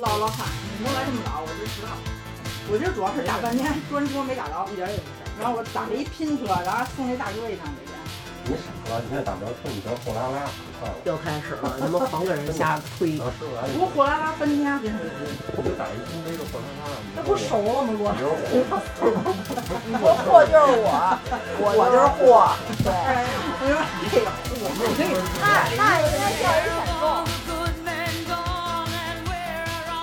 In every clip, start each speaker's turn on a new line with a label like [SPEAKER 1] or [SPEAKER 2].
[SPEAKER 1] 老老喊，你没来这么早，我就迟到。我这主要是打半天专车没打着，
[SPEAKER 2] 一点也不事
[SPEAKER 1] 然后我打了一拼车，然后送那大哥一趟回家。
[SPEAKER 3] 你傻了，你那打不着车，你成货拉拉，
[SPEAKER 1] 嗯
[SPEAKER 3] 快了。
[SPEAKER 2] 又开始了，他妈狂给人瞎推
[SPEAKER 3] 然。后师傅来了，
[SPEAKER 1] 我火拉拉搬家跟回去，
[SPEAKER 3] 你就打一金杯就货拉拉了。
[SPEAKER 1] 那不熟了吗？我
[SPEAKER 3] 你就是
[SPEAKER 4] 说
[SPEAKER 3] 货，
[SPEAKER 4] 货就是我，我就是货。对，
[SPEAKER 1] 我说哎呀，我们这个
[SPEAKER 4] 那那应该叫人采购。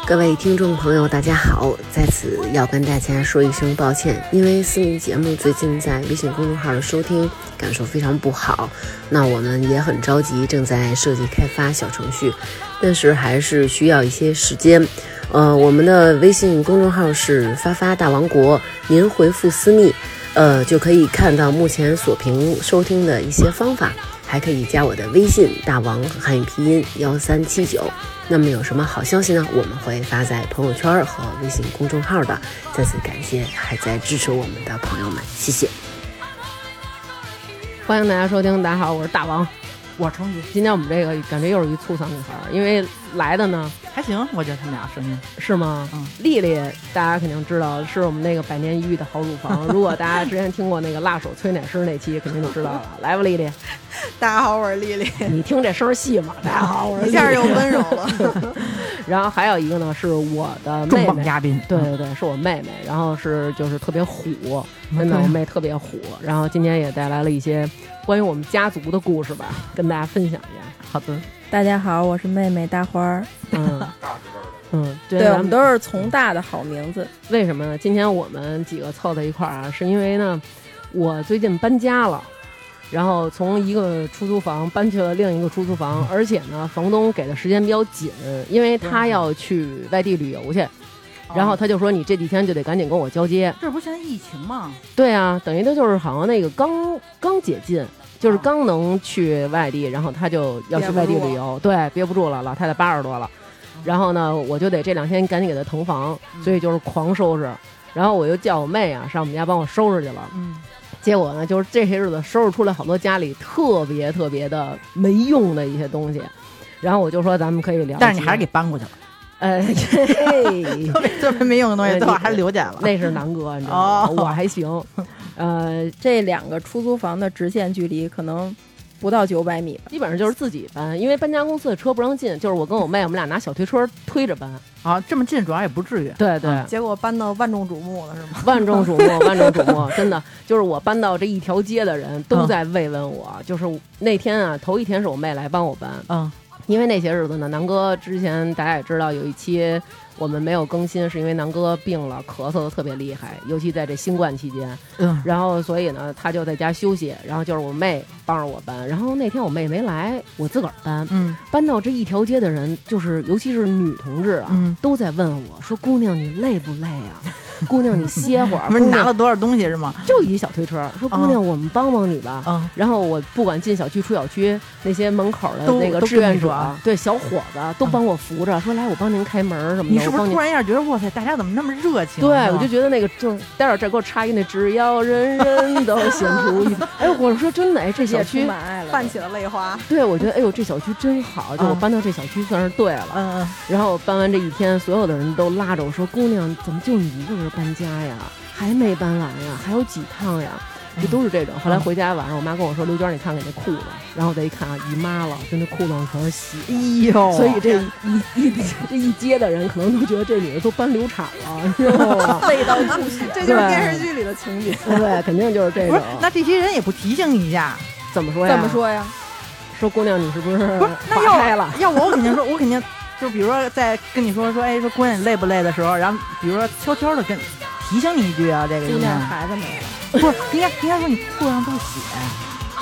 [SPEAKER 5] 各位听众朋友，大家好，在此要跟大家说一声抱歉，因为私密节目最近在微信公众号的收听感受非常不好，那我们也很着急，正在设计开发小程序，但是还是需要一些时间。呃，我们的微信公众号是发发大王国，您回复私密，呃，就可以看到目前锁屏收听的一些方法，还可以加我的微信大王汉语拼音幺三七九。那么有什么好消息呢？我们会发在朋友圈和微信公众号的。再次感谢还在支持我们的朋友们，谢谢。
[SPEAKER 6] 欢迎大家收听，大家好，我是大王。
[SPEAKER 7] 我成语
[SPEAKER 6] 今天我们这个感觉又是一醋嗓女孩儿，因为来的呢
[SPEAKER 7] 还行，我觉得他们俩声音
[SPEAKER 6] 是吗？
[SPEAKER 7] 嗯
[SPEAKER 6] 丽丽大家肯定知道是我们那个百年一遇的好乳 房。如果大家之前听过那个辣手催奶师那期，肯定就知道 了。来吧，丽丽，
[SPEAKER 8] 大家好，我是丽丽，
[SPEAKER 6] 你听这声儿 细吗？大家好，我是
[SPEAKER 8] 一
[SPEAKER 6] 丽
[SPEAKER 8] 下
[SPEAKER 6] 丽。
[SPEAKER 8] 就温柔了。
[SPEAKER 6] 然后还有一个呢是我的
[SPEAKER 7] 重
[SPEAKER 6] 妹
[SPEAKER 7] 磅
[SPEAKER 6] 妹，
[SPEAKER 7] 嘉宾，
[SPEAKER 6] 对对对，是我妹妹，然后是就是特别虎，
[SPEAKER 7] 嗯
[SPEAKER 6] 真的，
[SPEAKER 7] 对
[SPEAKER 6] 我妹特别虎。然后今天也带来了一些关于我们家族的故事吧，跟大家分享一下。
[SPEAKER 7] 好的，
[SPEAKER 4] 大家好，我是妹妹大花儿。
[SPEAKER 6] 嗯嗯，对
[SPEAKER 8] 对，我
[SPEAKER 6] 咱
[SPEAKER 8] 们
[SPEAKER 6] 们
[SPEAKER 8] 都是从大的好名字。
[SPEAKER 6] 为什么呢？今天我们几个凑在一块儿啊，是因为呢，我最近搬家了，然后从一个出租房搬去了另一个出租房，而且呢，房东给的时间比较紧，因为他要去外地旅游去，然后他就说你这几天就得赶紧跟我交接。
[SPEAKER 7] 这不现在疫情吗？
[SPEAKER 6] 对啊，等于他就是好像那个刚刚解禁。
[SPEAKER 7] 啊
[SPEAKER 6] 就是刚能去外地，然后他就要去外地旅游，对，憋不住了，老太太八十多了，
[SPEAKER 7] 嗯
[SPEAKER 6] 然后呢，我就得这两天赶紧给她腾房，所以就是狂收拾，然后我就叫我妹啊上我们家帮我收拾去了，
[SPEAKER 7] 嗯，
[SPEAKER 6] 结果呢，就是这些日子收拾出来好多家里特别特别的没用的一些东西，然后我就说咱们可以聊一期，
[SPEAKER 7] 但是你还是 给搬过去了，
[SPEAKER 6] 呃， 嘿
[SPEAKER 7] 特别特别没用的东西，最后还是留下来了。
[SPEAKER 6] 那是南哥，你知道吗？
[SPEAKER 7] 哦
[SPEAKER 6] 我 还行，呃，
[SPEAKER 8] 这两个出租房的直线距离可能不到九百米吧。
[SPEAKER 6] 基本上就是自己搬，因为搬家公司的车不让进，就是我跟我妹，我们俩拿小推车推着搬。
[SPEAKER 7] 啊，这么近主要也不至于。
[SPEAKER 6] 对对，
[SPEAKER 8] 结果搬到万众瞩目了，是吗？
[SPEAKER 6] 万众瞩目， 万众瞩目，真的就是我搬到这一条街的人都在慰问我。就是那天啊，头一天是我妹来帮我搬，
[SPEAKER 7] 嗯，
[SPEAKER 6] 因为那些日子呢，南哥之前大家也知道有一期我们没有更新，是因为南哥病了，咳嗽的特别厉害，尤其在这新冠期间，
[SPEAKER 7] 嗯，
[SPEAKER 6] 然后所以呢他就在家休息，然后就是我妹帮着我搬，然后那天我妹没来，我自个儿搬，
[SPEAKER 7] 嗯
[SPEAKER 6] 搬到这一条街的人，就是尤其是女同志啊，
[SPEAKER 7] 嗯
[SPEAKER 6] 都在问我说：“姑娘，你累不累啊？姑娘，你歇会儿。”
[SPEAKER 7] 啊 不是你
[SPEAKER 6] 姑
[SPEAKER 7] 拿
[SPEAKER 6] 娘
[SPEAKER 7] 了多哦少东西是吗？
[SPEAKER 6] 就一小推车，说：“姑娘，我们帮帮你吧。
[SPEAKER 7] 嗯，
[SPEAKER 6] 然后我不管进小区出小区，那些门口的
[SPEAKER 7] 都
[SPEAKER 6] 那个
[SPEAKER 7] 都
[SPEAKER 6] 志愿
[SPEAKER 7] 跟你
[SPEAKER 6] 者
[SPEAKER 7] 说啊，嗯
[SPEAKER 6] 对小伙子都帮我扶着，说来我帮您开门儿什么的。
[SPEAKER 7] 你是不
[SPEAKER 6] 我
[SPEAKER 7] 是
[SPEAKER 6] 帮您
[SPEAKER 7] 突然一下觉得哇塞，大家怎么那么热情？啊
[SPEAKER 6] 对，
[SPEAKER 7] 是吧
[SPEAKER 6] 我就觉得那个就是待会儿再给我插一那只要人人都幸福 一。哎，我说真的，哎，这小
[SPEAKER 8] 也充
[SPEAKER 6] 区，
[SPEAKER 8] 满爱了，
[SPEAKER 4] 泛起了泪花。
[SPEAKER 6] 对我觉得哎呦这小区真好，就我
[SPEAKER 7] 嗯
[SPEAKER 6] 搬到这小区算是对了。
[SPEAKER 7] 嗯嗯
[SPEAKER 6] 然后搬完这一天，所有的人都拉着我说：“姑娘，怎么就你一个人搬家呀？还没搬完呀？还有几趟呀？”就都是这种。后来回家晚上，我妈跟我说：“刘娟，你看看这裤子。”然后我再一看啊，姨妈了，就那裤子上全是血。
[SPEAKER 7] 哎呦，
[SPEAKER 6] 所以这一一这一街的人可能都觉得这女的都搬流产了，你知道吗？
[SPEAKER 8] 累 到吐血。
[SPEAKER 4] 这就是电视剧里的情节。
[SPEAKER 6] 对，肯定就是这
[SPEAKER 7] 不
[SPEAKER 6] 种
[SPEAKER 7] 是。那这些人也不提醒你一下？
[SPEAKER 6] 怎么说呀？
[SPEAKER 8] 怎么？说呀？
[SPEAKER 6] 说姑娘，你是不是
[SPEAKER 7] 不是，那
[SPEAKER 6] 怀胎嗯了
[SPEAKER 7] 要？要我我肯定说，我肯定就比如说在跟你说说，哎，说姑娘你累不累的时候，然后比如说悄悄的跟提醒你一句啊，这个
[SPEAKER 8] 姑
[SPEAKER 7] 应
[SPEAKER 8] 娘
[SPEAKER 7] 该
[SPEAKER 8] 孩子没了，
[SPEAKER 7] 不是应该应该说你裤上都是血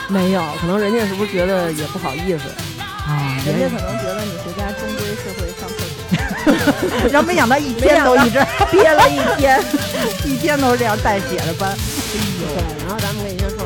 [SPEAKER 6] 没有，可能人家是不是觉得也不好意思？
[SPEAKER 7] 啊，
[SPEAKER 8] 人家可能觉得你回家终归是会上厕所，
[SPEAKER 7] 家然后没想到一天都一直
[SPEAKER 8] 憋了一天。
[SPEAKER 7] 一天都是这样带血的班，
[SPEAKER 6] 对，然后咱们可以先说啊